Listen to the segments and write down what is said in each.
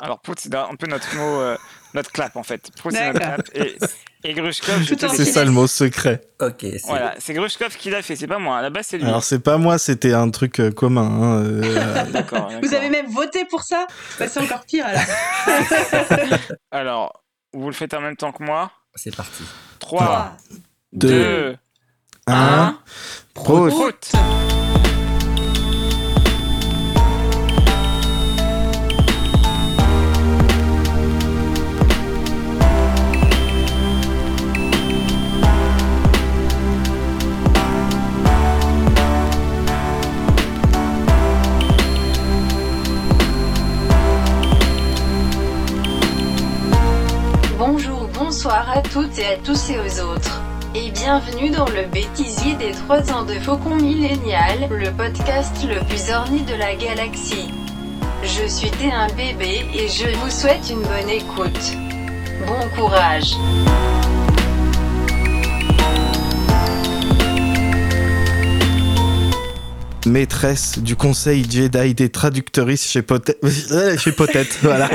Alors, Prout, c'est un peu notre mot, euh, notre clap en fait. Prout, c'est notre D'accord. clap. Et, et Grushkov, je Putain, te C'est laisse. qui ça l'a le mot secret. Ok, c'est Voilà, c'est Grushkov qui l'a fait, c'est pas moi. À la base, c'est lui. Alors c'est pas moi, c'était un truc euh, commun. hein, euh, D'accord. Vous d'accord. avez même voté pour ça Bah, C'est encore pire alors. Alors, vous le faites en même temps que moi. c'est parti. 3, Ah, deux, 2, un, 1. pro. Prout Bonjour, bonsoir à toutes et à tous et aux autres. Et bienvenue dans le bêtisier des 3 ans de Faucon Millénial, le podcast le plus orni de la galaxie. Je suis T un bébé et je vous souhaite une bonne écoute. Bon courage. Maîtresse du conseil Jedi des traductrices chez Potet. chez Potet, voilà.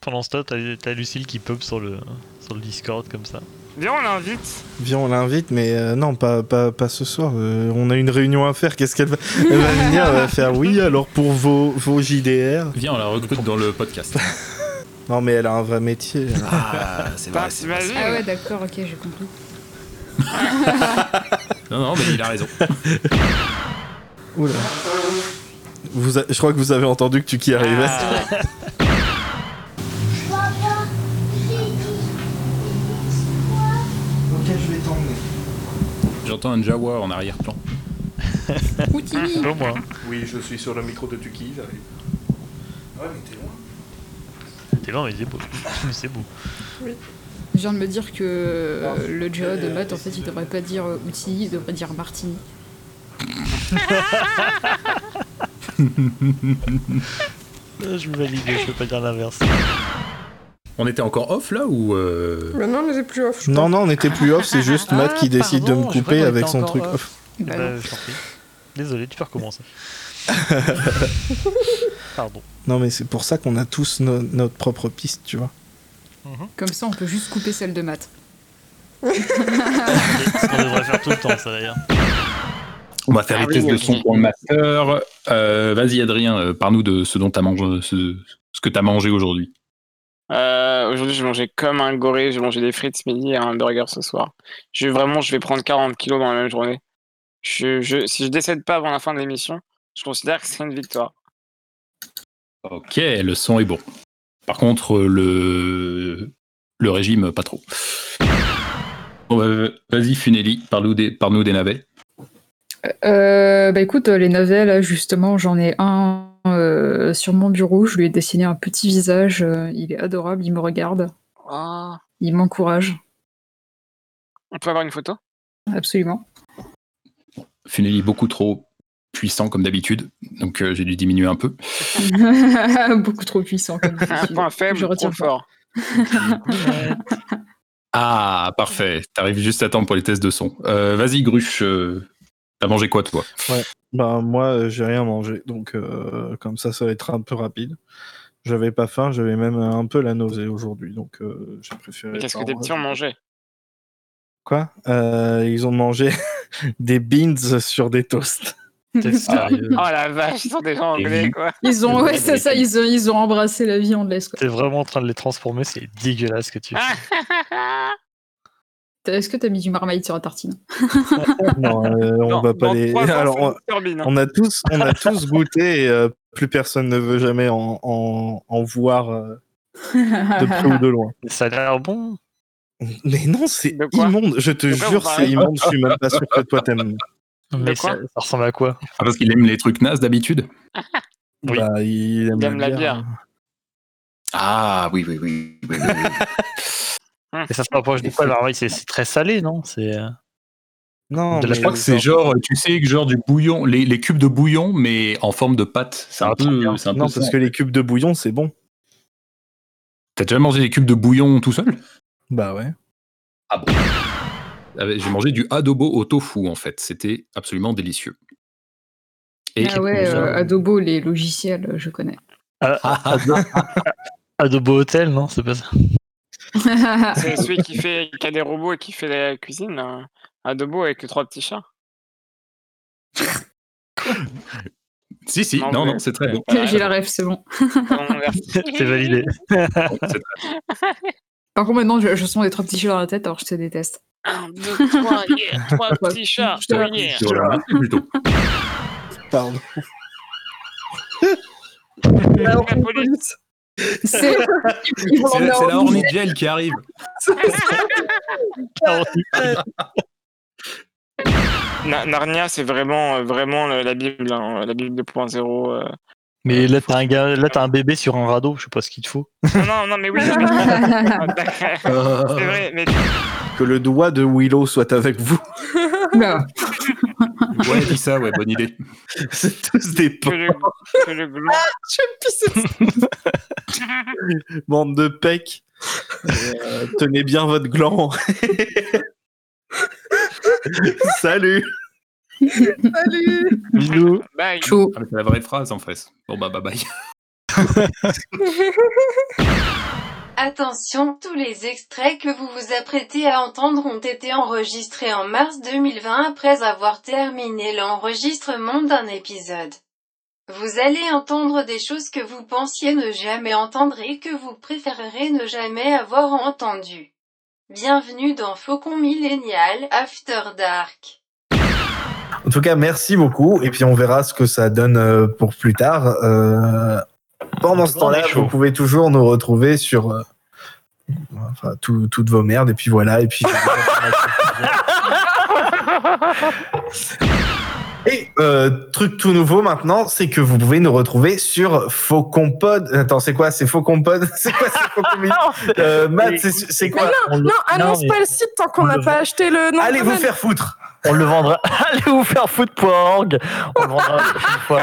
Pendant ce temps, t'as t'as Lucille qui pub sur le, sur le Discord comme ça. Viens, on l'invite. Viens, on l'invite, mais euh, non, pas, pas, pas ce soir. euh, on a une réunion à faire. Qu'est-ce qu'elle va... Elle va venir elle va faire Oui, alors pour vos, vos JDR. Viens, on la recrute dans le podcast. Non, mais elle a un vrai métier. Ah, c'est Bah, c'est vrai. t'imagines Ah ouais, d'accord, ok, j'ai compris. Non, non, mais il a raison. Oula. Vous a- Je crois que vous avez entendu que tu qui arrivais. Ah, Ok, je vais t'emmener. J'entends un Jawa en arrière-plan. Outimi Au moins. Oui, je suis sur le micro de Tuki, j'arrive. Ouais, mais t'es loin. T'es loin, mais c'est beau. c'est beau. Je viens de me dire que euh, le Joe de Matt, en fait, il devrait pas dire euh, Outimi, il devrait dire Martini. Euh, Je valide, je peux pas dire l'inverse. On était encore off là ou. euh, Bah non, on n'était plus off. je Non, non, on était plus off, c'est juste Ah, Matt qui décide pardon, de me je crois couper qu'on avec était son encore truc off. off. Bah Bah, non. je t'en prie. Désolé, tu peux recommencer. Pardon. Non, mais c'est pour ça qu'on a tous no- notre propre piste, tu vois. Comme ça, on peut juste couper celle de Matt. C'est ce qu'on devrait faire tout le temps, ça d'ailleurs. On va faire Ah les oui, tests de ok. son pour le master. Euh, Vas-y, Adrien, euh, parle-nous de ce dont t'as mangé, ce, ce que t'as mangé aujourd'hui. euh, Aujourd'hui, j'ai mangé comme un goré. J'ai mangé des frites ce midi et un burger ce soir. Je, vraiment, je vais prendre 40 kilos dans la même journée. Je, je- si je décède pas avant la fin de l'émission, je considère que c'est une victoire. Ok, le son est bon. Par contre, euh, le, le régime, pas trop. Bon, bah, Vas-y, Funeli, parle-nous des, parle des navets. Euh, bah écoute, euh, les navets, là, justement, j'en ai un euh, sur mon bureau. Je lui ai dessiné un petit visage. euh, il est adorable, il me regarde, Ah. il m'encourage, On peut avoir une photo absolument. Funeli, beaucoup trop puissant comme d'habitude, donc euh, j'ai dû diminuer un peu. Beaucoup trop puissant, comme Un d'habitude. point faible, je retire trop fort. Ah, parfait. T'arrives juste à temps pour les tests de son. Euh, Vas-y, Gruche, euh, t'as mangé quoi, toi Bah, moi, euh, j'ai rien mangé, donc euh, comme ça, ça va être un peu rapide. J'avais pas faim, j'avais même un peu la nausée aujourd'hui, donc euh, j'ai préféré. Mais Qu'est-ce que pas tes en- petits ont mangé Quoi Euh, Ils ont mangé des beans sur des toasts. T'es sérieux Oh la vache, ils sont déjà anglais oui. quoi. Ils ont, ouais, c'est ça, ils ont, ils ont embrassé la vie anglaise. quoi. T'es vraiment en train de les transformer, c'est dégueulasse ce que tu fais. T'as- Est-ce que t'as mis du marmaït sur la tartine non, euh, on Dans- va pas dans les. trois ans, Alors, c'est on- une turbine, hein. On a tous, on a tous goûté et euh, plus personne ne veut jamais en, en- en voir euh, de près ou de loin. Ça a l'air bon. Mais non, c'est De quoi immonde. Je te De quoi vous jure, c'est parlez immonde. Je suis même pas sûr que toi t'aimes. Mais quoi ça, ça ressemble à quoi Ah, Parce qu'il aime les trucs nazes d'habitude Oui. Bah, il aime, Il aime la Ah, oui, oui, oui. oui, oui, oui. Et ça se rapproche de quoi Marmaille, c'est c'est très salé, non C'est euh, Non, De la- mais Je crois que c'est genre, tu sais, que genre du bouillon, les, les cubes de bouillon, mais en forme de pâte. C'est un Ah, trop peu. bien. c'est un peu Non, ça. parce que les cubes de bouillon, c'est bon. T'as déjà mangé des cubes de bouillon tout seul Bah ouais. Ah bon Ah ben, J'ai mangé du adobo au tofu, en fait. C'était absolument délicieux. Et Ah ouais, on- euh, Adobo, les logiciels, euh, je connais. À- Adobo Hotel, non C'est pas ça. C'est celui qui, fait, qui a des robots et qui fait la cuisine, là, Adobo avec les trois petits chats. Si, si, Non, non, non, mais- c'est très bon. J'ai la rêve, c'est bon. On verra. C'est validé. C'est- Par contre, maintenant, je, je sens les trois petits chats dans la tête, alors je te déteste. Un, deux, trois, yeah, trois petits chats. Je te la- yeah. c'est- voilà, c'est plutôt. Pardon. La police. C'est Ils vont C'est l'emmener la, c'est en la Hornigel qui arrive. Na- Narnia, c'est vraiment, euh, vraiment le- la Bible, hein, la Bible 2.0. euh. Mais là, t'as un, gars- là, t'as un bébé sur un radeau, je sais pas ce qu'il te faut. Non, non, non, mais oui. Ah, c'est vrai, mais Que le doigt de Willow soit avec vous. Oula. Ouais, dis ça, ouais, bonne idée. C'est tous des que p- le, que le gland. bandes de pecs. Et, euh, tenez bien votre gland. Salut. Salut Milou, Bye. Chou. Ah, mais c'est la vraie phrase en fait. Bon bah bye bye. Attention, tous les extraits que vous vous apprêtez à entendre ont été enregistrés en mars 2020 après avoir terminé l'enregistrement d'un épisode. Vous allez entendre des choses que vous pensiez ne jamais entendre et que vous préférerez ne jamais avoir entendues. Bienvenue dans Faucon Millénial After Dark. En tout cas, merci beaucoup. Et puis, on verra ce que ça donne euh, pour plus tard. Euh, pendant ce On est temps-là, chaud. vous pouvez toujours nous retrouver sur euh, enfin, tout- toutes vos merdes. Et puis voilà. Et puis. Et euh, truc tout nouveau maintenant, c'est que vous pouvez nous retrouver sur Faucon Pod. Attends, c'est quoi C'est Faucon Pod C'est quoi C'est Faucon Mini euh, Matt, c'est- c'est quoi on le- Non, annonce mais- pas le site tant qu'on on n'a le pas acheté le nom. Allez quand vous même. faire foutre on le vendra. Allez vous faire foot.org. On le vendra la prochaine fois.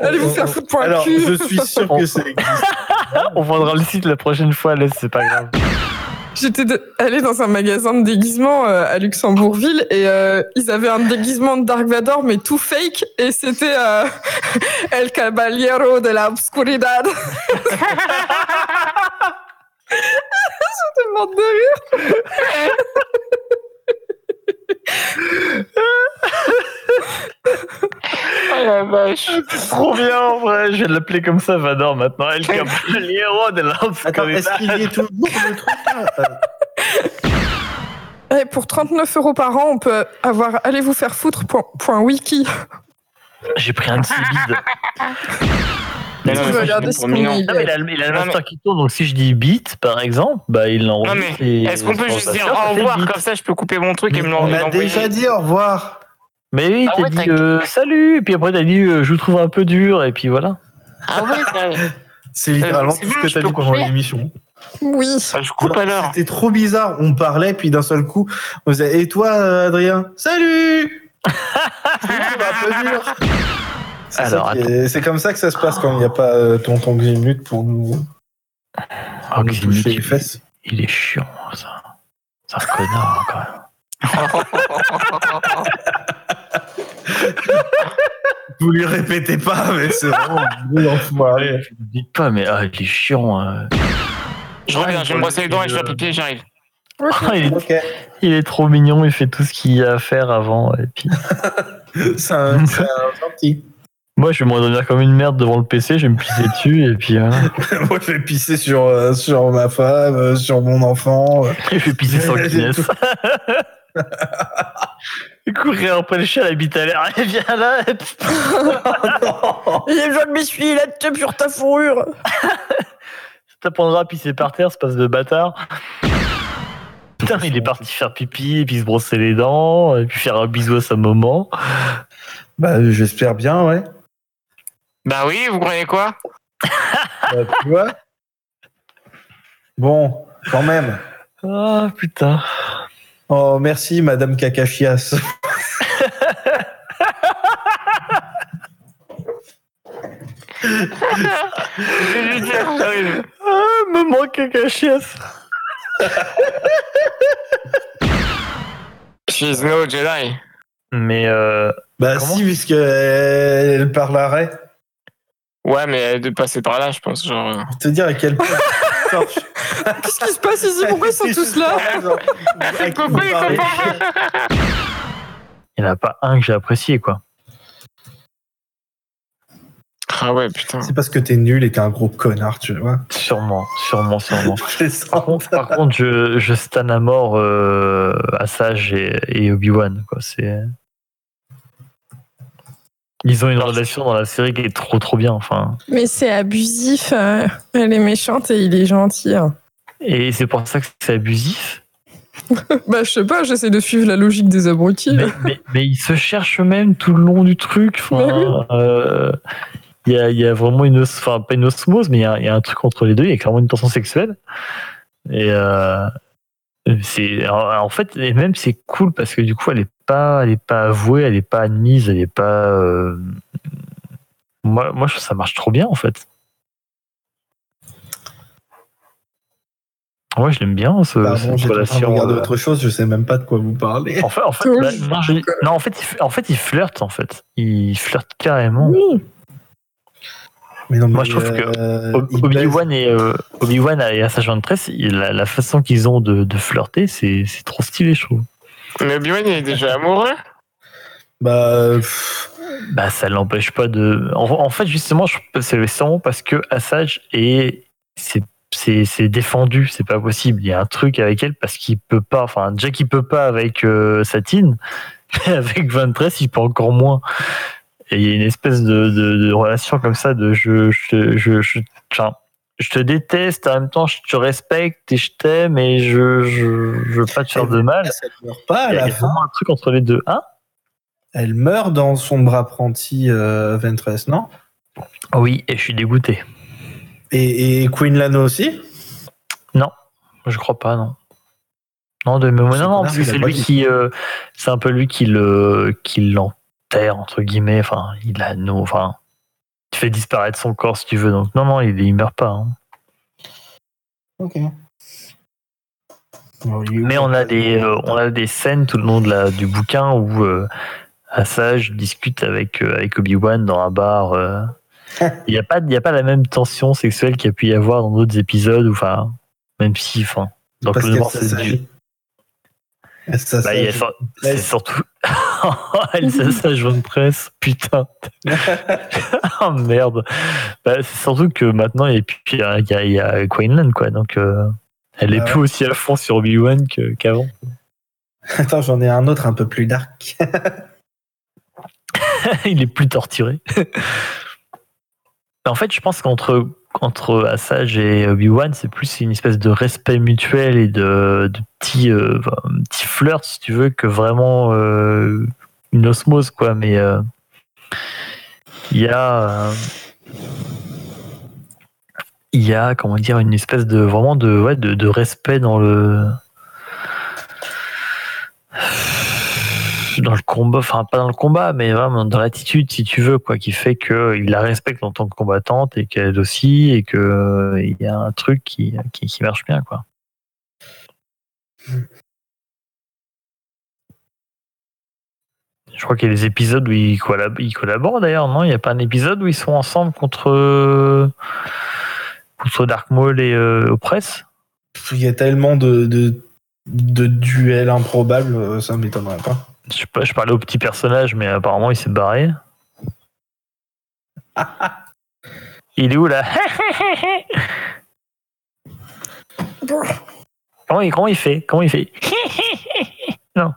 Allez vous faire foutre point Alors, cul. je suis sûr que c'est. On vendra le site la prochaine fois, laisse, c'est pas grave. J'étais de- allée dans un magasin de déguisement euh, à Luxembourgville et euh, ils avaient un déguisement de Dark Vador mais tout fake et c'était euh, El Caballero de la Obscuridad. je te demande de rire. Oh la vache. Trop bien, en vrai. Je vais l'appeler comme ça, Vador, maintenant. El Caballero de la Attends, est-ce Obscuridad. qu'il y est toujours le truc là Euh, Et pour 39 euros par an, on peut avoir allez vous faire foutre point, point wiki. J'ai pris un de ses bides. Mais non, Je mais vais ça, regarder c'est ce pour Milan. qu'on y Non, mais il a, le- il a le Non, mais- master qui tourne, donc si je dis bit par exemple, bah il l'enregistre. Non, et- Est-ce qu'on peut ça, juste ça dire fait au revoir bit. comme ça je peux couper mon truc et me l'en- On a l'envoyer déjà dit au revoir. Mais oui, Ah t'as ouais, dit t'as- euh, salut, et puis après t'as dit euh, je vous trouve un peu dur, et puis voilà. Ah ouais, ça- C'est littéralement tout bon, ce que je t'as peux dit pendant couper. l'émission. Oui. ça, je coupe à l'heure. C'était trop bizarre. On parlait, puis d'un seul coup, on faisait Et toi, euh, Adrien Salut C'est bah, un peu dur. C'est Eh ben. Alors, ça qui est- C'est comme ça que ça se passe quand il n'y a pas euh, tonton Grimut pour nous, pour Oh, nous Grimut, toucher les il- fesses. Il est chiant, ça. C'est un connard, hein, quand même. Vous lui répétez pas, mais c'est vraiment un gros enfoiré. Ne dites pas, mais ah, il est chiant. euh. Je reviens, je vais me brosser les dents et je vais pipi, j'arrive. Ah, il, est, Ok. il est trop mignon, il fait tout ce qu'il y a à faire avant, et puis. C'est un c'est un gentil. Moi, je vais me redevenir comme une merde devant le PC, je vais me pisser dessus, et puis. hein, voilà. Moi, je vais pisser sur, euh, sur ma femme, euh, sur mon enfant. euh. Je vais pisser sur Ouais, Guinness. c'est Courir après le chat, la bite à l'air. Et viens là. et puis- Il y a besoin de m'essuyer la tête sur ta fourrure. T'apprendras à pisser par terre, espèce de bâtard. Putain, il est parti faire pipi, et puis se brosser les dents, et puis faire un bisou à sa maman. Bah, j'espère bien, ouais. Bah oui, vous croyez quoi Bah, tu vois Bon, quand même. Ah putain. Oh, merci, Madame Kakachias. Je vais lui dire, j'arrive. Ah, maman cacachias. She's no Jedi. Mais euh, Bah euh, Comment si, puisque elle, elle parlerait. Ouais, mais de passer par là, je pense. Genre... euh, Te dire à quel point. Qu'est-ce qui se passe ici Pourquoi ils sont tous là Bah Il n'y en a pas un que j'ai apprécié, quoi. Ah ouais, putain. C'est parce que t'es nul et t'es un gros connard, tu vois. Sûrement, sûrement, sûrement. Je le sens. Par contre, je, je stan à mort euh, Asajj et, et Obi-Wan, quoi. C'est. euh, Ils ont une relation dans la série qui est trop trop bien, enfin. Mais c'est abusif. euh, Elle est méchante et il est gentil. hein. Et c'est pour ça que c'est abusif. bah, je sais pas, j'essaie de suivre la logique des abrutis. Mais, mais- mais ils se cherchent eux-mêmes tout le long du truc. Enfin, euh, il y, a, il y a vraiment une, os- enfin pas une osmose, mais il y, a- il y a un truc entre les deux. Il y a clairement une tension sexuelle. Et euh, c'est en en fait, et même c'est cool parce que du coup, elle est pas, elle est pas avouée, elle est pas admise, elle est pas. euh, Moi, moi, je trouve que ça marche trop bien en fait. Ouais, je l'aime bien ce, Bah, Pardon, j'étais en cette train de relation. regarder euh, autre chose, je sais même pas de quoi vous parlez. en fait, en fait, Oui. bah, non, je- non, en fait, il, f- en fait, il flirte en fait. Il flirte carrément. Mais non, Moi, mais, je trouve que euh, Ob- il baise- Obi-Wan et euh, Obi-Wan et Assassin 13, il- la, la façon qu'ils ont de, de flirter, c'est c'est trop stylé, je trouve. Mais Obi-Wan, il est déjà amoureux Bah, euh, pff, Bah, ça l'empêche pas de. En, en fait, justement, je- c'est sûrement parce que Assage est c'est c'est c'est défendu, c'est pas possible. Il y a un truc avec elle parce qu'il peut pas. Enfin, déjà qu'il peut pas avec euh, Satine, mais avec 23, il peut encore moins. Et il y a une espèce de, de, de relation comme ça de je je je, je, tiens, je te déteste, en même temps je te respecte et je t'aime et je, je, je veux pas te faire de mal. ça ne meurt pas à Il y a la fin. vraiment un truc entre les deux. Hein Elle meurt dans sombre apprenti euh, Ventress, non oui, et je suis dégoûté. et, et Queen Lana aussi Je crois pas, non. Non, de mémoire, Ce non, non, connard, parce que il a c'est pas lui dit. qui, euh, c'est un peu lui qui le, qui l'enterre entre guillemets. Enfin, il a no, enfin, tu fais disparaître son corps si tu veux. Donc non, non, il, il meurt pas. hein. Ok. Bon, il est où, Mais on a des, euh, on a des scènes tout le long de la, du bouquin où euh, Asajj discute avec, euh, avec Obi-Wan dans un bar. euh. Il n'y a pas, il y a pas la même tension sexuelle qu'il y a pu y avoir dans d'autres épisodes. ou, Enfin, même si, enfin, dans Parce Clone qu'elle Wars, c'est du- s'assage. Elle s'assage. Bah, il y a sur- c'est Press. surtout. Elle s'assage de presse, putain. oh merde. Bah, c'est surtout que maintenant, et puis il y a, il y a- il y a Queenland, quoi. Donc, euh, elle est Ah plus aussi à fond sur Obi-Wan que- qu'avant. Attends, j'en ai un autre un peu plus dark. il est plus torturé. en fait, je pense qu'entre entre Asajj et Obi-Wan, c'est plus une espèce de respect mutuel et de, de petit, euh, enfin, un petit flirt, si tu veux, que vraiment euh, une osmose, quoi. Mais euh, il y a. euh, il y a, comment dire, une espèce de vraiment de, ouais, de, de respect dans le. dans le combat, enfin pas dans le combat, mais vraiment dans l'attitude, si tu veux, quoi, qui fait que il la respecte en tant que combattante et qu'elle aussi, et que euh, il y a un truc qui, qui, qui marche bien, quoi. Je crois qu'il y a des épisodes où ils collab- ils collaborent, d'ailleurs, non Il n'y a pas un épisode où ils sont ensemble contre contre Dark Maul et euh, Opress Pff, Il y a tellement de, de, de duels improbables, euh, ça m'étonnerait pas. je, sais pas, je parlais au petit personnage, mais apparemment il s'est barré. il est où là comment, il, comment il fait Comment il fait Non.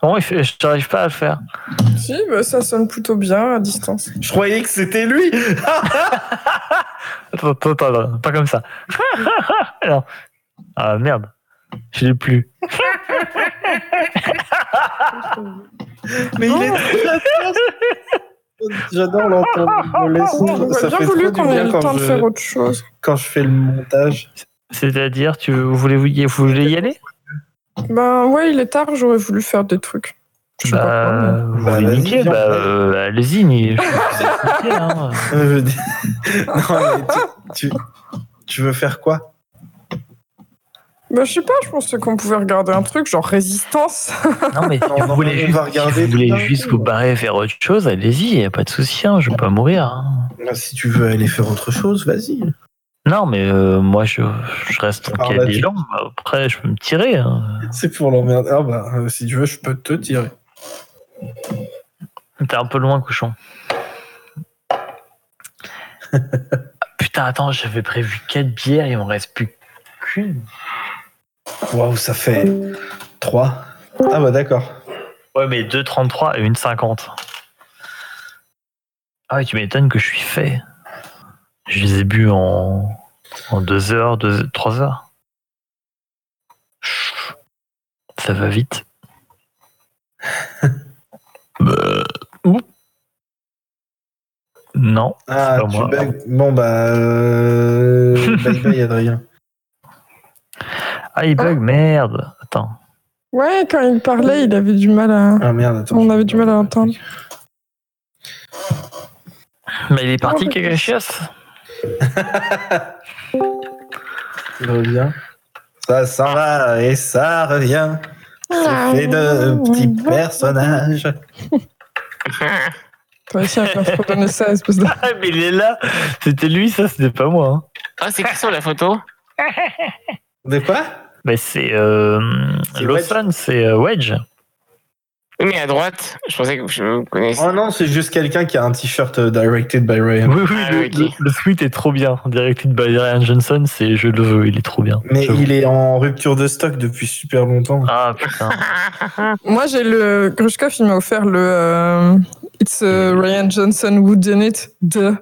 comment il fait J'arrive pas à le faire. si, bah, ça sonne plutôt bien à distance. Je croyais que c'était lui Pas, pas- pas- pas comme ça. Non. Ah merde. Je l'ai plus. Mais Oh, il est trop intense. J'adore l'entendre. Me laisse- J'aurais ça bien fait voulu trop du qu'on ait bien le quand temps de je- faire autre chose. quand je fais le montage. C'est-à-dire, tu vous voulez, vous y- vous voulez y aller Ben ouais, il est tard, j'aurais voulu faire des trucs. Je sais pas quoi, mais- Bah, vous Bah, voulez vas-y, niquer, viens, bah, on va. euh, allez-y, mais je pense que c'est niqué, hein. Euh, je dis- non, mais tu, tu- tu veux faire quoi Bah, je sais pas, je pensais qu'on pouvait regarder un truc genre résistance. Non, mais si vous voulez juste, si vous voulez juste vous barrer et faire autre chose, allez-y, y a pas de souci, hein, je vais pas mourir. hein. Bah, si tu veux aller faire autre chose, vas-y. Non, mais euh, moi, je, je reste Ah, en bah, des tu- gens, après, je peux me tirer. hein. C'est pour l'emmerder. Ah bah, euh, si tu veux, je peux te tirer. T'es un peu loin, cochon. Ah, Putain, attends, j'avais prévu 4 bières, il m'en reste plus qu'une. Waouh, ça fait 3. Ah bah d'accord. Ouais, mais 2,33 et une 50. Ah ouais, tu m'étonnes que je suis fait. Je les ai bu en, en 2 heures, 2, 3 heures. Ça va vite. Bah, ouh. non, Ah, c'est pas tu moi. bugs. Bon bah, euh, bah, bye bye Adrien. Ah, il bug, merde. Attends. Ouais, quand il parlait, il avait du mal à. Ah merde, attends. On avait du mal à entendre. Mais il est parti, Kakachios Il revient. Ça s'en va et ça revient. Ah, Ça fait de petits personnages. Toi aussi, à quoi se redonner ça, espèce de. Ah, mais il est là. C'était lui, ça, c'était pas moi. hein. Ah, c'est qui sur la photo De quoi Mais c'est euh, C'est Lawson, c'est euh, Wedge. Oui, mais à droite, je pensais que je vous connaissais. Oh non, c'est juste quelqu'un qui a un t-shirt euh, directed by Ryan. Oui, oui, Ah, le, oui, ok. le- le tweet est trop bien. Directed by Ryan Johnson, c'est je le veux, il est trop bien. Mais J'avoue. il est en rupture de stock depuis super longtemps. Ah putain. Moi, j'ai le. Grushkov, il m'a offert le. euh, It's euh, Ryan Johnson, Wood in it, de.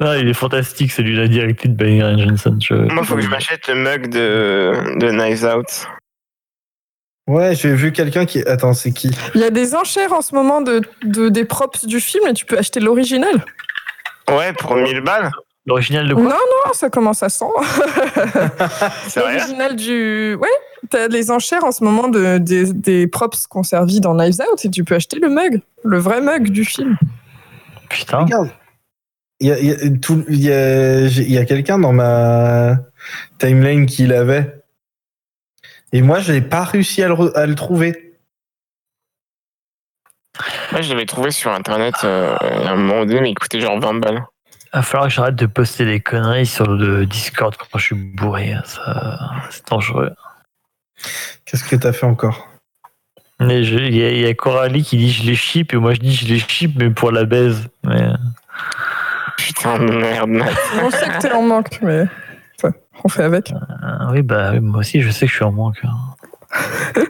Non, il est fantastique celui-là, Directed by Ryan Johnson. Je... Moi, faut que je m'achète le mug de, de Knives Out. Ouais, j'ai vu quelqu'un qui. Attends, c'est qui Il y a des enchères en ce moment de, de- des props du film et tu peux acheter l'original. Ouais, pour 1000 balles. L'original de Non, quoi non, ça commence à 100. Sérieux L'original du. Ouais, t'as les enchères en ce moment de, des, des props qu'on servit dans Knives Out et tu peux acheter le mug, le vrai mug du film. Putain. Regarde. Il y a, il y a tout- il y a- j'ai- il y a quelqu'un dans ma timeline qui l'avait. Et moi, j'ai pas réussi à le, re- à le trouver. Moi, je l'avais trouvé sur internet euh, à un moment donné, mais il coûtait genre 20 balles. Il va falloir que j'arrête de poster des conneries sur le Discord quand je suis bourré. hein, Ça... C'est dangereux. Qu'est-ce que t'as fait encore Mais je- Il y, a- il y a Coralie qui dit je les chip et moi je dis je les chip mais pour la baise. Mais... Putain de merde, Nat. On sait que t'es en manque, mais. enfin, On fait avec. Ah oui, bah oui, moi aussi, je sais que je suis en manque. hein.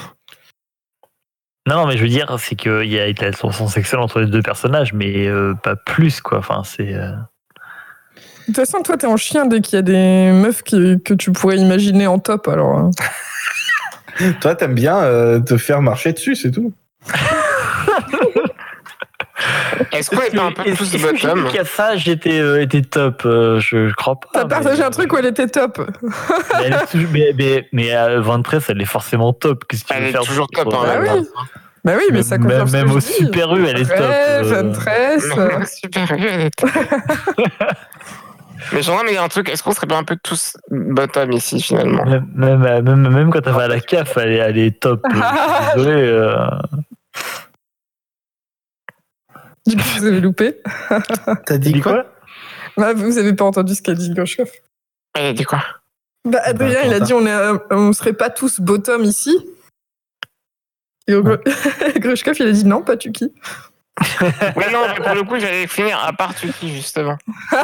non, mais je veux dire, c'est qu'il y a de la tension sexuelle entre les deux personnages, mais euh, pas plus, quoi. Enfin, c'est. euh, De toute façon, toi, t'es en chien dès qu'il y a des meufs qui- que tu pourrais imaginer en top, alors. hein. Toi, t'aimes bien euh, te faire marcher dessus, c'est tout. Est-ce qu'on est pas un peu Est-ce tous est-ce que j'ai bottom dit qu'à ça, j'étais euh, était top euh, je, je crois pas. T'as mais- euh, partagé un truc où elle était top. mais, elle est toujours- mais, mais- mais à 23, elle est forcément top. Qu'est-ce que tu Elle veux est faire toujours top, d'autre, hein, Bah euh, la oui. Bah oui, mais ça confirme même, ce que même au je dis. Super U, elle est top. Ouais, euh. fun tresse. Super, elle est top. Mais genre, mais il y a un truc, est-ce qu'on serait pas un peu tous bottom ici finalement Même, même, même, même quand elle va à la CAF, elle est, elle est top. euh, je suis désolé, euh. Du coup, vous avez loupé. T'as Tu dit dis quoi, quoi Bah, vous avez pas entendu ce qu'a dit Gorchkov. Elle a dit quoi Bah, Adrien, attends, il a attends. dit on, est, euh, on serait pas tous bottom ici. Et au- Grushkov, il a dit non, pas Tuki. Ouais, non, mais pour le coup, j'allais finir à part Tuki justement.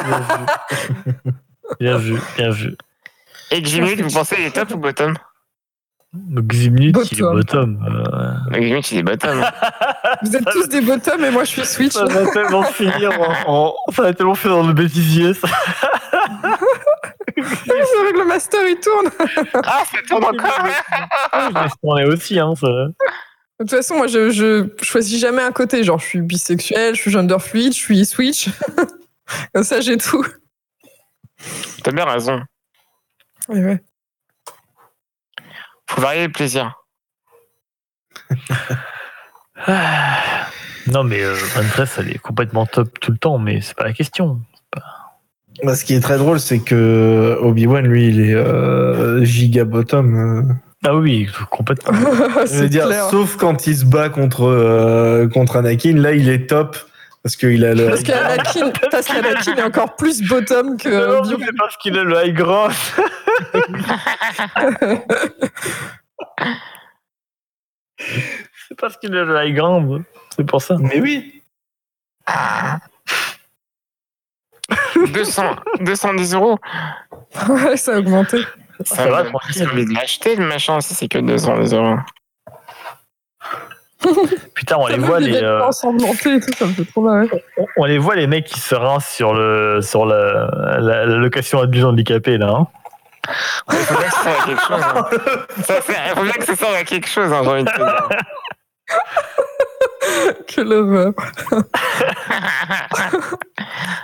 Bien vu, bien vu. Et Jimmy, vous pensez, il est top ou bottom Donc Zimnut, il est Bottom. bottom. euh. Bah, Jimmy, il est bottom. Vous êtes tous des bottoms et moi je suis Switch. Ça va tellement finir en, en- Ça va tellement finir dans le bêtisier, ça. C'est vrai que le master il tourne. ah, ça tombe encore Ah, Je laisse tourner aussi, hein, ça. De toute façon, moi je, je choisis jamais un côté. Genre, je suis bisexuel, je suis gender fluide, je suis Switch. Comme ça, j'ai tout. T'as bien raison. Et ouais. Faut varier le plaisir. Ah. Non, mais euh, Van Dress, elle est complètement top tout le temps, mais c'est pas la question. Bah, ce qui est très drôle, c'est que Obi-Wan, lui, il est euh, giga bottom. euh. Ah oui, complètement. Je veux dire, sauf quand il se bat contre, euh, contre Anakin, là, il est top. Parce qu'il a le. Parce qu'Anakin parce qu'Anakin est encore plus bottom que euh, Obi-Wan. c'est parce qu'il est le high gross. c'est parce qu'il est le high grand, c'est pour ça. Mais oui! 200, 210 euros. Ouais, ça a augmenté. Ça va, j'ai tranquille. envie de l'acheter, le machin aussi, c'est que 210 euros. Putain, on Ça les me voit fait les, des euh, dépenses augmentées et tout, ça me fait trop mal. on- on les voit les mecs qui se rincent sur le sur la, la, la location adulte handicapé là. hein. Il faut bien que ça serve à quelque chose. hein. Ça sert- Il faut bien que ça serve à quelque chose, hein, j'ai envie de te dire. Que euh, le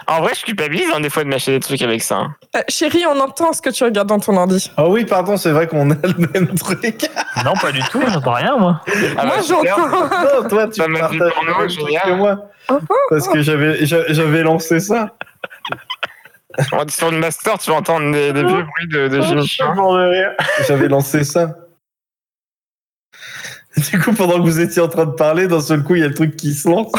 En vrai, je culpabilise hein, des fois de m'acheter des trucs avec ça. hein. Euh, Chérie, on entend ce que tu regardes dans ton ordi. Ah oui, pardon, c'est vrai qu'on a le même truc. Non, pas du tout, j'entends rien moi. Ah Moi, bah, j'entends. Non, toi, tu Ça m'a partages dit le porno, même truc génial. que moi. Parce que j'avais j'a- j'avais lancé ça. On dit sur une master, tu vas entendre des, des vieux bruits de, de Jimmy Chin. J'avais lancé ça. Du coup, pendant que vous étiez en train de parler, d'un seul coup, il y a le truc qui se lance.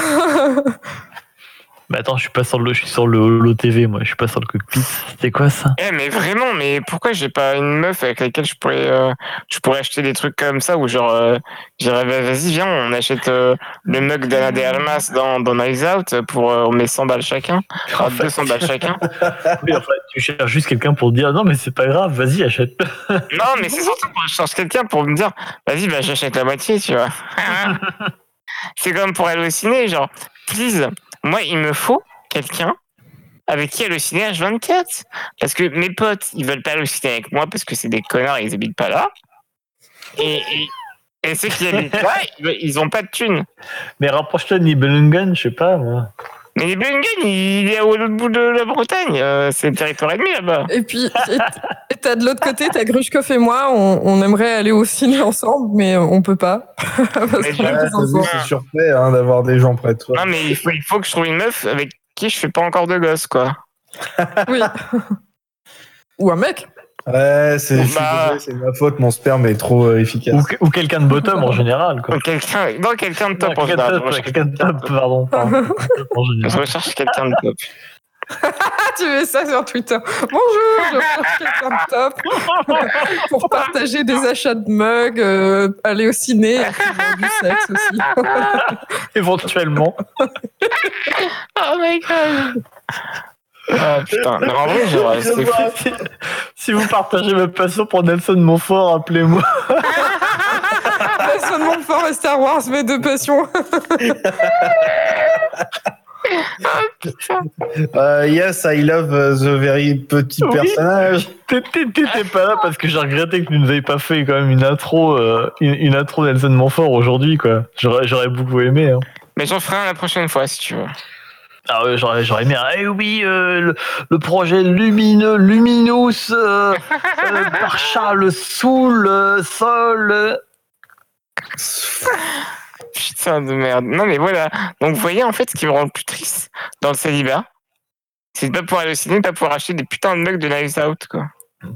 Mais attends, je suis pas sur le je suis sur le Holo TV moi, je suis pas sur le cockpit. C'était quoi ça Eh, mais vraiment, mais pourquoi j'ai pas une meuf avec laquelle je pourrais, euh, je pourrais acheter des trucs comme ça ou genre, euh, j'irais, bah, vas-y, viens, on achète euh, le mug d'Anna de Armas dans, dans Knives Out pour, euh, on met 100 balles chacun, enfin, 200 balles chacun. Ah Oui, en fait, tu cherches juste quelqu'un pour dire non mais c'est pas grave, vas-y achète. Non, mais c'est surtout quand je cherche quelqu'un pour me dire, vas-y, bah, j'achète la moitié, tu vois. c'est comme pour aller au ciné, genre, please, moi, il me faut quelqu'un avec qui aller au ciné H24. Parce que mes potes, ils veulent pas aller au ciné avec moi parce que c'est des connards et ils habitent pas là. Et, et, et ceux qui habitent là, ils- ils ont pas de thunes. Mais rapproche-toi de Nibelungen, je sais pas moi. Mais les Blungen, il est au l'autre bout de la Bretagne. euh, c'est le territoire ennemi là-bas. Et puis, et- et t'as de l'autre côté, t'as Grushkov et moi, on, on aimerait aller au ciné ensemble, mais on peut pas. Parce Mais qu'on ouais, a Ah, des t'as vu, enfants. c'est surfait hein, d'avoir des gens près de toi. Non, mais il faut, il faut que je trouve une meuf avec qui je fais pas encore de gosse, quoi. Oui. Ou un mec. Ouais, c'est je suis Bah. désolé, c'est ma faute, mon sperme est trop euh, efficace. Ou, que- ou quelqu'un de bottom en général quoi. Ou quelqu'un, non, quelqu'un de Non, top en Quelqu'un de général. top, ouais, quelqu'un de top, pardon. Ah. pardon. Quelqu'un de top en Je général. recherche quelqu'un de top. Ah, tu mets ça sur Twitter. Bonjour, je cherche quelqu'un de top pour partager des achats de mugs, euh, aller au ciné et puis voir du sexe aussi. Éventuellement. Oh my god! Ah putain, mais en vrai, genre, c'est fou. Si- si vous partagez ma passion pour Nelson Montfort, appelez-moi. Passion de Montfort et Star Wars, mes deux passions. Ah. Euh, yes, I love euh, the very petit Oui. personnage. T'é- t'é- Euh, T'étais pas là parce que j'ai regretté que tu nous ayez pas fait quand même une intro, euh, une, une intro Nelson Montfort aujourd'hui, quoi. J'aurais j'aurais beaucoup aimé. hein. Mais j'en ferai un la prochaine fois si tu veux. Ah ouais, j'aurais j'aurais aimé. un, Eh oui, euh, le, le projet lumineux, Luminous, euh, euh, par Charles Soul, euh, Sol. euh. Putain de merde. Non, mais voilà. Donc, vous voyez, en fait, ce qui me rend le plus triste dans le célibat, c'est de pas pouvoir aller au ciné, de pas pouvoir acheter des putains de mugs de Knives Out, quoi.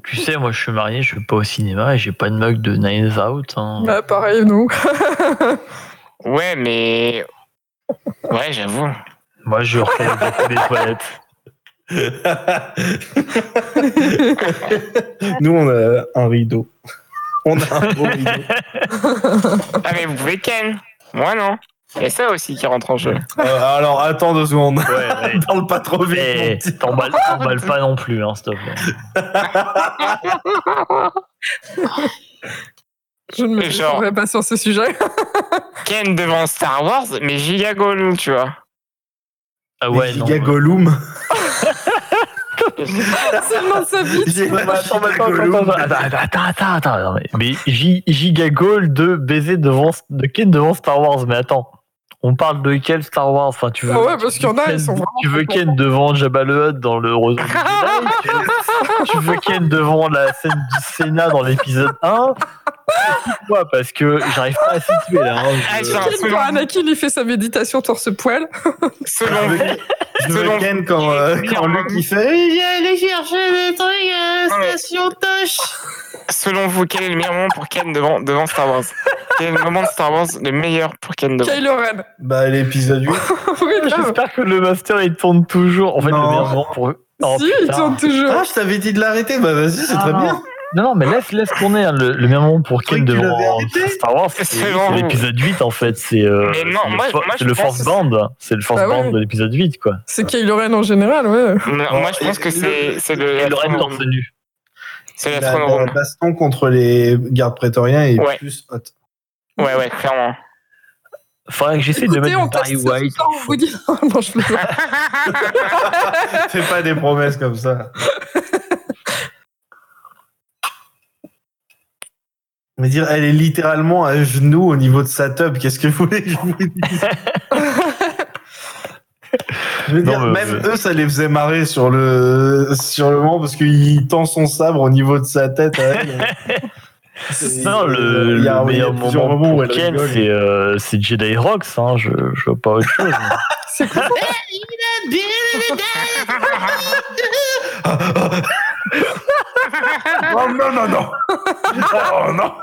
Tu sais, moi je suis marié, je suis pas au cinéma et j'ai pas de mug de Niles Out. hein. Bah, pareil, nous. Ouais, mais. Ouais, j'avoue. Moi je refais le café des toilettes. Nous, on a un rideau. On a un beau rideau. Ah, mais vous pouvez Ken. Moi, non. Et ça aussi qui rentre en jeu. Euh, alors, attends deux secondes. Ouais, Eh. ouais. Parle pas trop vite. mon Eh, petit. T'emballes t'emballes pas non plus, hein, s'il te plaît. Je ne me Et genre- défendrai pas sur ce sujet. Ken devant Star Wars, mais giga Gollum, tu vois. Ah Les ouais, non. giga Gollum. C'est le nom de sa vie. J'ai- Ouais, Bah, giga Attends, attends, attends, Gollum. attends, attends, attends, attends, attends, attends, mais Gi- Giga Goal de baiser devant, de Ken devant Star Wars, mais attends, on parle de quel Star Wars Enfin, tu veux, Ah ouais, parce qu'il y en a, Ken- ils sont vraiment tu veux Ken devant Jabba le Hutt dans le Retour du Jedi, tu- tu veux Ken devant la scène du Sénat dans l'épisode 1 Pourquoi Parce que j'arrive pas à situer là. hein, je- Ah, j'ai un Ken, selon- Ah, quand Anakin, il fait sa méditation torse poil. selon vous, Je me ken quand, euh, quand Luc il fait. Il est allé chercher des trucs à la station Tosh. Selon vous, quel est le meilleur moment pour Ken devant, devant Star Wars Quel est le moment de Star Wars le meilleur pour Ken devant Kylo Ren. Bah, l'épisode 8. J'espère que le master il tourne toujours. En fait, Non. le meilleur moment pour eux. Oh, si, ils putain. sont toujours. Ah, je t'avais dit de l'arrêter. Bah, vas-y, c'est Ah, très non. bien. Non, non, mais laisse, laisse tourner hein, le, le meilleur moment pour Ken Oui, tu devant l'avais arrêté. Star Wars. C'est C'est bon. c'est l'épisode 8 en fait. C'est euh, Mais non, c'est le moi- fo- moi, c'est je le pense Force que Band. C'est le Force Bah Band oui. de l'épisode 8 quoi. C'est Kylo Ren en général, ouais. Non, Moi, je Et- pense que et c'est c'est le. Et la le throne reste dans room. tenue. C'est la La- throne la room. baston contre les gardes prétoriens est Ouais. plus hot. Ouais, ouais, clairement. Faudrait que j'essaie de Écoutez, mettre on du Barry teste ce White. soir, on vous dit. Oh, non, je plaisante. Fais pas des promesses comme ça. On va dire, elle est littéralement à genoux au niveau de sa tub. Qu'est-ce que vous voulez que je vous dise Je veux Non, dire, mais- même eux, ça les faisait marrer sur le, sur le moment parce qu'il tend son sabre au niveau de sa tête. à elle. C'est- Non, le, il y a- le il y a meilleur plusieurs moment moments où pour elle Ken, rigole. c'est euh, c'est Jedi Rocks. Hein, je, je vois pas autre chose. Oh non, non, non Oh non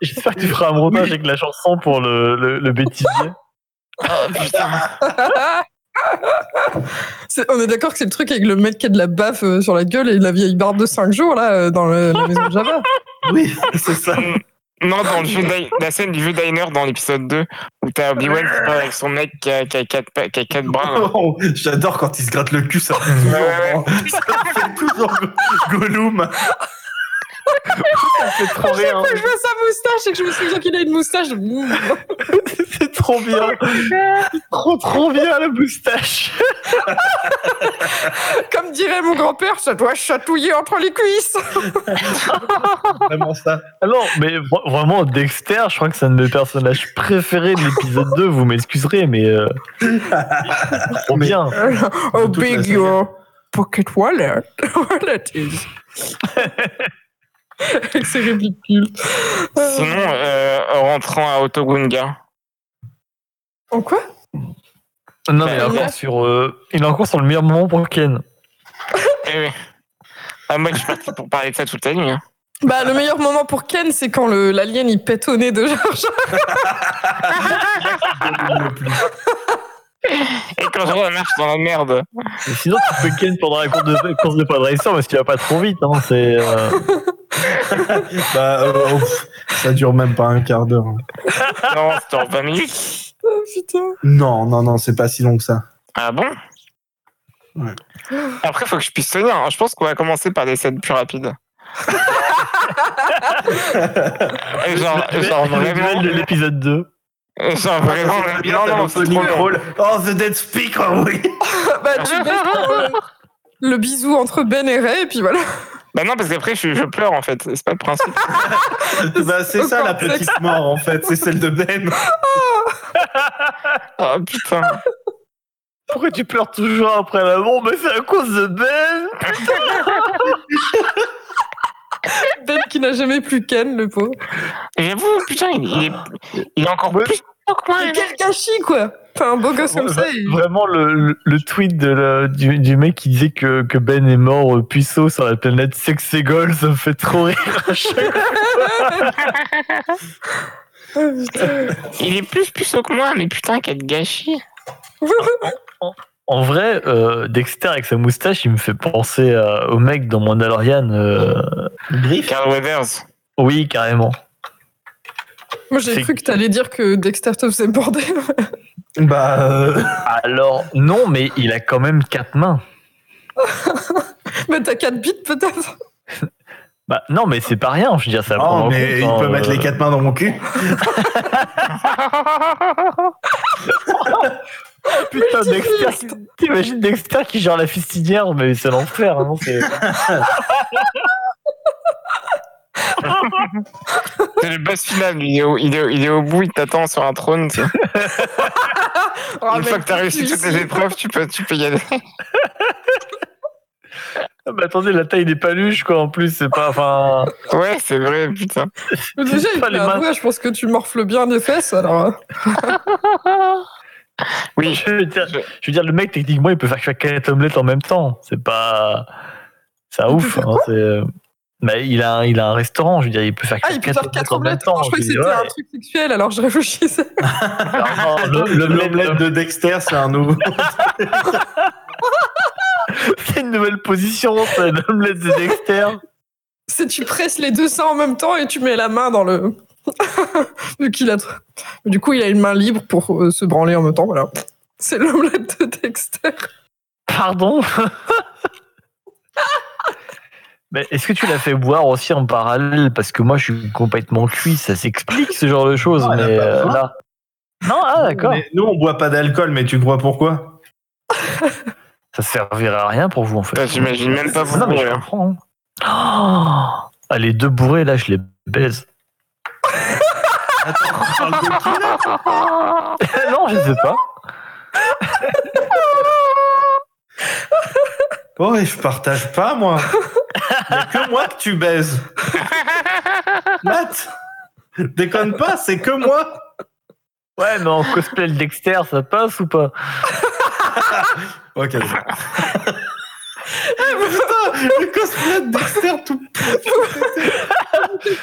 J'espère que tu feras un montage avec la chanson pour le, le, le bêtisier. Oh, C'est- on est d'accord que c'est le truc avec le mec qui a de la baffe euh, sur la gueule et la vieille barbe de 5 jours là euh, dans le- la maison de Java. Oui, c'est ça. Non, dans le vieux di- la scène du vieux diner dans l'épisode 2, où t'as Obi-Wan qui parle avec son mec qui a, qui a, quatre, pa- qui a quatre bras. là. Oh, J'adore quand il se gratte le cul, ça fait Ouais, Ah. ouais, toujours, ça fait toujours go- Gollum. c'est trop bien. Je vois sa moustache et que je me souviens qu'il a une moustache. Mmh. C'est trop bien. trop trop bien la moustache. Comme dirait mon grand-père, ça doit chatouiller entre les cuisses. Vraiment ça. Alors, Ah mais vra- vraiment, Dexter, je crois que c'est un de mes personnages préférés de l'épisode 2, vous m'excuserez, mais. euh, trop Mais- bien. Oh, toute la big saga. your pocket wallet. wallet is. Avec ses répliques cultes. Euh, Sinon, euh, en rentrant à Otogunga. En quoi Non, mais Bah, il est ouais. encore sur, euh, il est encore sur le meilleur moment pour Ken. Eh oui. Ah, moi, je suis parti pour parler de ça toute la nuit. hein. Bah, le meilleur moment pour Ken, c'est quand le- l'alien il pète au nez de George. Et quand je marche dans la merde. Mais sinon, tu peux Ken pendant la course de, course de Pod Racer parce qu'il va pas trop vite. Hein, c'est, euh, Bah, euh, oh, pff, ça dure même pas un quart d'heure. hein. Non, c'était en 20 minutes. Oh, putain. Non, non, non, c'est pas si long que ça. Ah bon Ouais. Après, faut que je puisse tenir. hein. Je pense qu'on va commencer par des scènes plus rapides. Et genre, le- genre le duel vraiment, euh, de l'épisode 2. genre vraiment, non, non, c'est trop drôle. Oh, The Dead Speaker, oui. Ah. Bah, tu baisses euh, le bisou entre Ben et Ray, et puis voilà. Bah non, parce qu'après, je, je pleure en fait. C'est pas le principe. bah, c'est ça la petite mort en fait, c'est celle de Ben. Oh putain. Pourquoi tu pleures toujours après la bombe Mais c'est à cause de Ben Ben qui n'a jamais plus Ken, le pauvre. Et J'avoue, putain, il est, il est encore plus fort que moi. hein. Il est gargachi, quoi. Enfin, un beau gosse comme ça. Mm. il- Vraiment, le, le- le tweet de la- du, du mec qui disait que, que Ben est mort euh, puceau sur la planète Sexégol, ça me fait trop rire à chaque Ah, putain. Il est plus puceau que moi, mais putain, quel gâchis. En vrai, euh, Dexter avec sa moustache, il me fait penser à- au mec dans Mandalorian. euh, Griff. Carl Weathers. Oui, carrément. Moi, j'ai C'est- cru que t'allais dire que Dexter te faisait border. Bah, euh, Alors, non, mais il a quand même quatre mains. Mais t'as 4 bits, peut-être. Bah, non, mais c'est pas rien, je veux dire, ça oh, mais il hein, euh, peut mettre les quatre mains dans mon cul. Putain, Dexter, qui- t'imagines Dexter qui gère la fistinière, mais c'est l'enfer, non c'est- C'est le boss final, lui. Il est au, il est au- il est au bout, il t'attend sur un trône. tu sais. Ah, Une mec, fois que t'as réussi tu toutes ici. les épreuves, tu peux, tu peux y aller. Ah, bah, attendez, la taille des paluches, quoi, en plus, c'est pas. Enfin. Ouais, c'est vrai, putain. Mais Déjà, il Pas les fait un mains. doigt, je pense que tu morfles bien des fesses, alors. euh. Oui. je, veux dire, je veux dire, le mec, techniquement, il peut faire que quatre omelettes en même temps. C'est pas. C'est un ouf. hein, c'est- Bah, il, a, un- il a un restaurant, je veux dire, il peut faire Ah, il peut faire 4 omelettes. en même temps. Non, je crois que je veux c'était dire, un ouais. truc sexuel, alors je réfléchissais. Non, non, le- l'omelette- L'omelette de Dexter, c'est un nouveau. C'est une nouvelle position, c'est une omelette de Dexter. C'est tu presses les deux seins en même temps et tu mets la main dans le. Vu qu'il a. Du coup, il a une main libre pour euh, se branler en même temps, voilà. C'est l'omelette de Dexter. Pardon Mais est-ce que tu l'as fait boire aussi en parallèle Parce que moi, je suis complètement cuit, ça s'explique ce genre de choses. Non, elle a mais pas euh, faim. là. Non, ah d'accord. Mais Nous, on boit pas d'alcool, mais tu crois pourquoi Ça servirait à rien pour vous en fait. Ah, Putain, J'imagine même pas vous Non, mais je courir. comprends. hein. Oh ah, les deux bourrés, là, je les baise. non, je sais pas. Oh, et je partage pas, moi. Y a que moi que tu baises. Matt, déconne pas, c'est que moi. Ouais, mais en cosplay le Dexter, ça passe ou pas Ok. c'est bon. Eh, mais putain, le cosplay de Dexter, tout.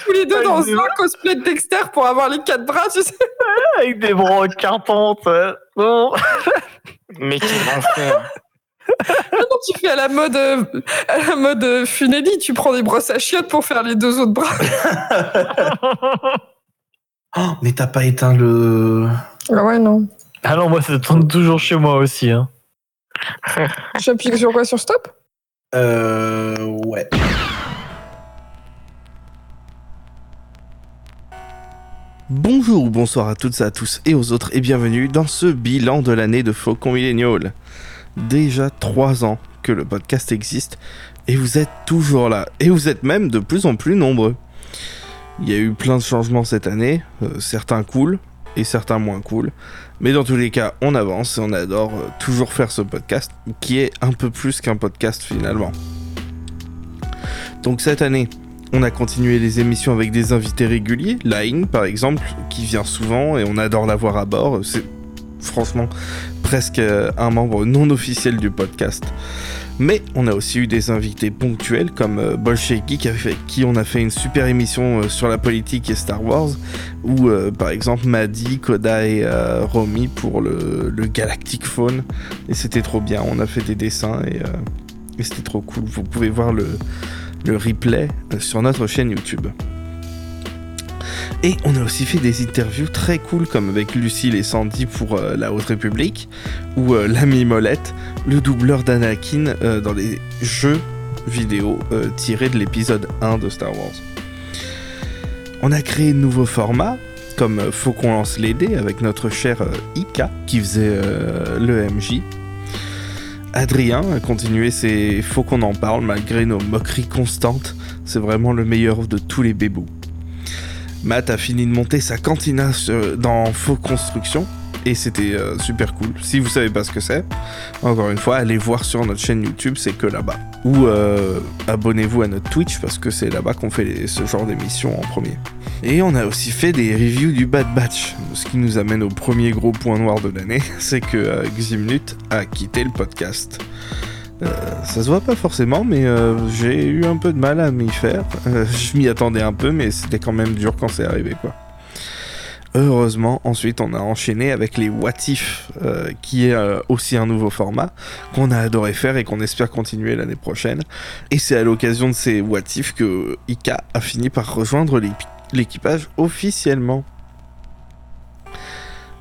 Tous les deux Ah, dans il est un cosplay de Dexter pour avoir les quatre bras, tu sais. Avec des brocs cartantes. euh, Bon. Mais quel enfer. Maintenant, tu fais à la mode, euh, à la mode euh, Funelli, tu prends des brosses à chiottes pour faire les deux autres bras. Oh, mais t'as pas éteint le. Ah ouais, non. Ah non, moi, ça tourne toujours chez moi aussi. Hein. J'appuie sur quoi Sur stop Euh. Ouais. Bonjour, bonsoir à toutes et à tous et aux autres et bienvenue dans ce bilan de l'année de Faucon Millennial. Déjà 3 ans que le podcast existe et vous êtes toujours là et vous êtes même de plus en plus nombreux. Il y a eu plein de changements cette année, euh, certains cool et certains moins cool, mais dans tous les cas on avance et on adore euh, toujours faire ce podcast qui est un peu plus qu'un podcast finalement. Donc cette année, on a continué les émissions avec des invités réguliers, Laing par exemple, qui vient souvent et on adore l'avoir à bord. C'est franchement presque euh, un membre non officiel du podcast. Mais on a aussi eu des invités ponctuels comme euh, Bolsheviki qui- avec qui on a fait une super émission euh, sur la politique et Star Wars, ou euh, par exemple Maddy, Koda et euh, Romy pour le, le Galactic Phone. Et c'était trop bien, on a fait des dessins et, euh, et c'était trop cool. Vous pouvez voir le, le replay euh, sur notre chaîne YouTube. Et on a aussi fait des interviews très cool comme avec Lucille et Sandy pour euh, La Haute République, ou euh, l'ami Molette, le doubleur d'Anakin euh, dans les jeux vidéo euh, tirés de l'épisode 1 de Star Wars. On a créé de nouveaux formats, comme euh, Faut qu'on lance les dés avec notre cher euh, Ika qui faisait euh, le MJ. Adrien a continué ses Faut qu'on en parle malgré nos moqueries constantes. C'est vraiment le meilleur de tous les bébous. Matt a fini de monter sa cantina sur- dans Faux Construction et c'était euh, super cool. Si vous savez pas ce que c'est, encore une fois, allez voir sur notre chaîne YouTube, c'est que là-bas. Ou euh, abonnez-vous à notre Twitch parce que c'est là-bas qu'on fait les- ce genre d'émission en premier. Et on a aussi fait des reviews du Bad Batch, ce qui nous amène au premier gros point noir de l'année, c'est que euh, Ximnut a quitté le podcast. Euh, ça se voit pas forcément, mais euh, j'ai eu un peu de mal à m'y faire. Euh, je m'y attendais un peu, mais c'était quand même dur quand c'est arrivé, quoi. Heureusement, ensuite, on a enchaîné avec les What If, euh, qui est euh, aussi un nouveau format qu'on a adoré faire et qu'on espère continuer l'année prochaine. Et c'est à l'occasion de ces What If que Ika a fini par rejoindre l'épi- l'équipage officiellement.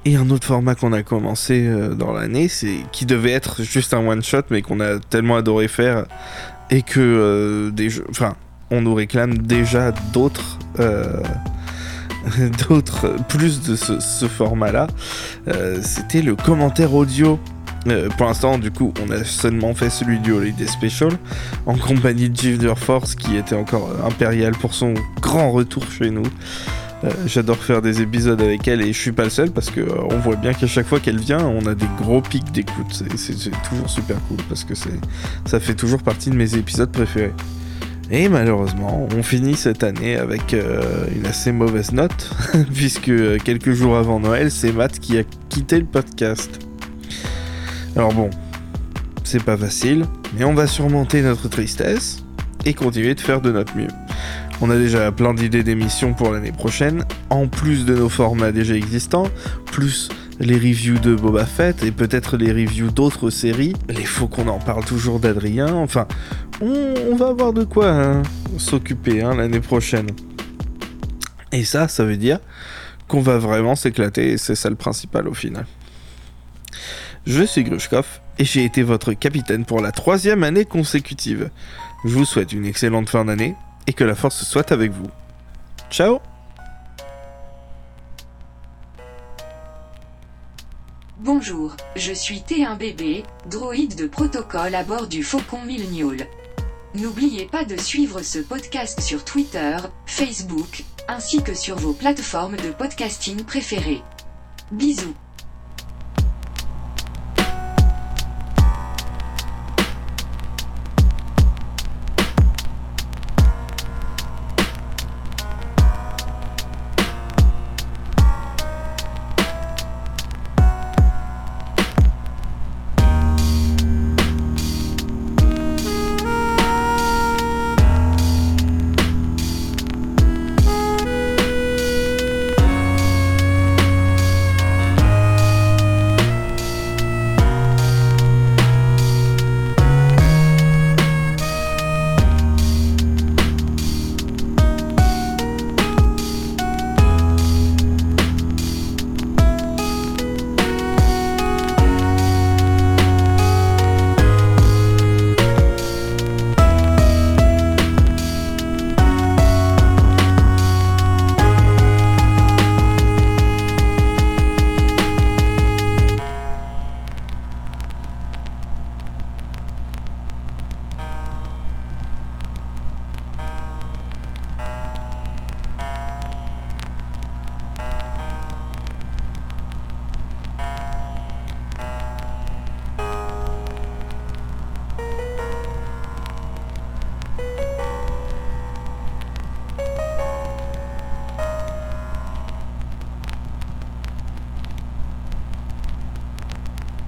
Et un autre format qu'on a commencé euh, dans l'année, c'est qui devait être juste un one shot, mais qu'on a tellement adoré faire et que euh, des jeux- enfin, on nous réclame déjà d'autres, euh, d'autres euh, plus de ce, ce format-là. Euh, C'était le commentaire audio. Euh, pour l'instant, du coup, on a seulement fait celui du Holiday Special en compagnie de Jeff Force qui était encore euh, impérial pour son grand retour chez nous. Euh, J'adore faire des épisodes avec elle et je suis pas le seul parce que euh, on voit bien qu'à chaque fois qu'elle vient, on a des gros pics d'écoute. C'est- C'est c'est toujours super cool parce que c'est ça fait toujours partie de mes épisodes préférés. Et malheureusement, on finit cette année avec euh, une assez mauvaise note puisque euh, quelques jours avant Noël, c'est Matt qui a quitté le podcast. Alors bon, c'est pas facile, mais on va surmonter notre tristesse et continuer de faire de notre mieux. On a déjà plein d'idées d'émissions pour l'année prochaine, en plus de nos formats déjà existants, plus les reviews de Boba Fett et peut-être les reviews d'autres séries. Les faux qu'on en parle toujours d'Adrien, enfin, on, on va avoir de quoi hein, s'occuper hein, l'année prochaine. Et ça, ça veut dire qu'on va vraiment s'éclater et c'est ça le principal au final. Je suis Grushkov et j'ai été votre capitaine pour la troisième année consécutive. Je vous souhaite une excellente fin d'année et que la force soit avec vous. Ciao Bonjour, je suis T1 bébé, droïde de protocole à bord du Faucon Millennial. N'oubliez pas de suivre ce podcast sur Twitter, Facebook, ainsi que sur vos plateformes de podcasting préférées. Bisous